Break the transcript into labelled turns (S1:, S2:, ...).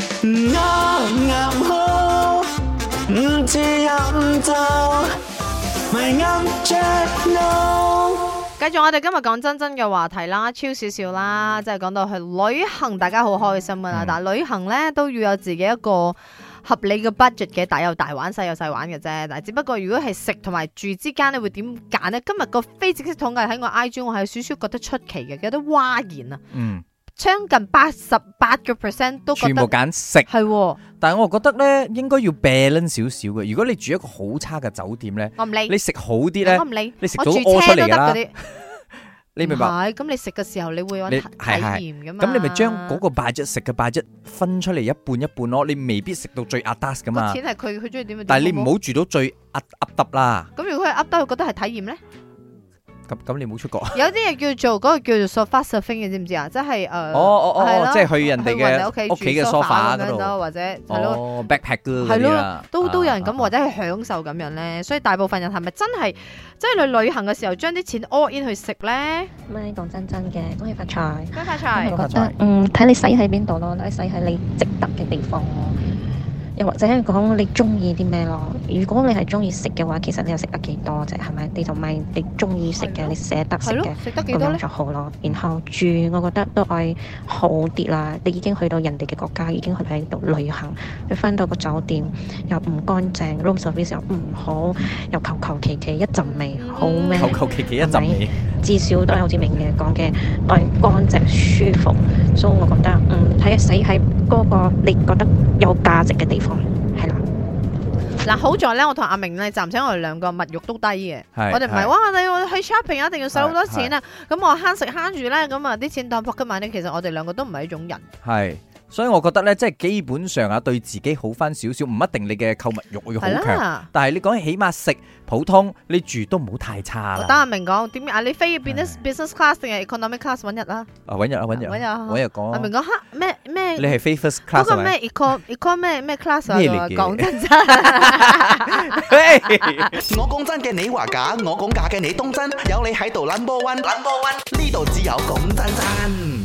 S1: 啱啱好，唔知飲酒，咪啱着 no。
S2: 繼續我哋今日講真真嘅話題啦，超少少啦，
S3: 嗯
S2: 即係講到去旅行，大家好開心噶啦。但係旅行咧都要有自己一個合理嘅 budget 嘅，大有大玩，細有細玩嘅啫。但係只不過如果係食同埋住之間，你會點揀呢？今日個非正式統計喺我 IG，我係有少少覺得出奇嘅，有啲嘩然啊，
S3: 嗯，
S2: 將近八十八個 percent 都覺
S3: 全部
S2: 得
S3: 揀食。
S2: 係喎，我
S3: 但係我覺得咧，應該要 balance 少少嘅。如果你住一個好差嘅酒店咧，
S2: 唔理
S3: 你，食好啲咧
S2: 我，唔理，
S3: 你食
S2: 我
S3: 到
S2: 住
S3: 屙
S2: 車
S3: 出
S2: 都
S3: 嚟
S2: 得
S3: 㗎
S2: 嗰
S3: 啦，
S2: 啲，
S3: 你明白？
S2: 唔係咁你食嘅時候，你會有體
S3: 你
S2: 體
S3: 係係
S2: 驗㗎嘛？
S3: 咁你咪將嗰個 budget 食嘅 budget 分出嚟一半一半咯，你未必食到最 atas 噶嘛
S2: 個。錢係佢佢中意點就點
S3: 但係你唔
S2: 好冇
S3: 好住到最 a a 揼啦，
S2: 咁如果佢噏得，佢覺得係體驗 咧，
S3: 咁咁你唔好出國。
S2: 有啲嘢叫做嗰、個叫做 sofa surfing 嘅，知唔知啊？即係誒，
S3: 哦哦哦
S2: 係
S3: 哦
S2: 咯，
S3: 即係去人哋嘅
S2: 去
S3: 屋企嘅
S2: 住
S3: sofa
S2: 咁
S3: 嗰
S2: 樣咯，
S3: 度，
S2: 或者係咯，
S3: 哦 backpack 嗰
S2: 係
S3: 啲
S2: 咯
S3: 啦，，
S2: 都都有人
S3: 啊
S2: 咁，
S3: 啊
S2: 或者係享受咁樣咧。所以大部分人係咪真係即係去旅行嘅時候將啲錢 all in 去食咧？
S4: 咪講真真嘅，恭喜發財！
S2: 咩發
S4: 我
S2: 財？
S4: 係
S3: 發
S4: 覺
S3: 財
S4: 得嗯，睇你使喺邊度咯，睇使喺你值得嘅地方咯。又或者係講你中意啲咩咯？如果你係中意食嘅話，其實你又食得幾多啫？係咪？你就咪你中意食
S2: 係
S4: 嘅，
S2: 咯
S4: 你捨得食
S2: 係咯
S4: 嘅，，
S2: 食得幾
S4: 咁
S2: 多
S4: 樣
S2: 咧？
S4: 就好咯。然後住，我覺得都係好啲啦。你已經去到人哋嘅國家，已經去喺度旅行，你翻到個酒店又唔乾淨，room service 又唔好，又求求其其一陣味，好
S2: 嗯
S4: 咩？
S3: 求求其其一陣味。
S4: 至少都係好似明爺講嘅，係乾淨舒服，所以我覺得嗯睇使喺嗰個你覺得有價值嘅地方係啦。
S2: 嗱，好在咧，我同阿明咧，暫且我哋兩個物欲都低嘅。
S3: 係
S2: 我哋唔係
S3: 係
S2: 哇！你我去 shopping 一定要使好多錢啊！咁我慳食慳住咧，咁啊啲錢當 pocket money 其實我哋兩個都唔係呢種人。
S3: 係，所以我覺得咧，即係基本上啊，對自己好翻少少，唔一定你嘅購物欲要好
S2: 係
S3: 強，
S2: 啦，
S3: 但係你講起碼食普通，你住都唔好太差
S2: 我等阿
S3: 啦。
S2: 明講點啊？你飛 business business class 定係 economic class 揾日啦？
S3: 啊，揾日啊，揾日
S2: 搵日啊
S3: 啊，揾日講
S2: 阿明
S3: 啊。
S2: 講黑咩
S3: 你
S2: 咩
S3: 係 f a first
S2: 嗰
S3: class
S2: 個
S3: 係 咪？
S2: 咩 eco eco 咩咩 class 啊？
S3: 咩嚟嘅
S2: 講真真。
S5: 我講真嘅，你話假；我講假嘅，你當真。有你喺度 number one，number one，呢度只有講真真。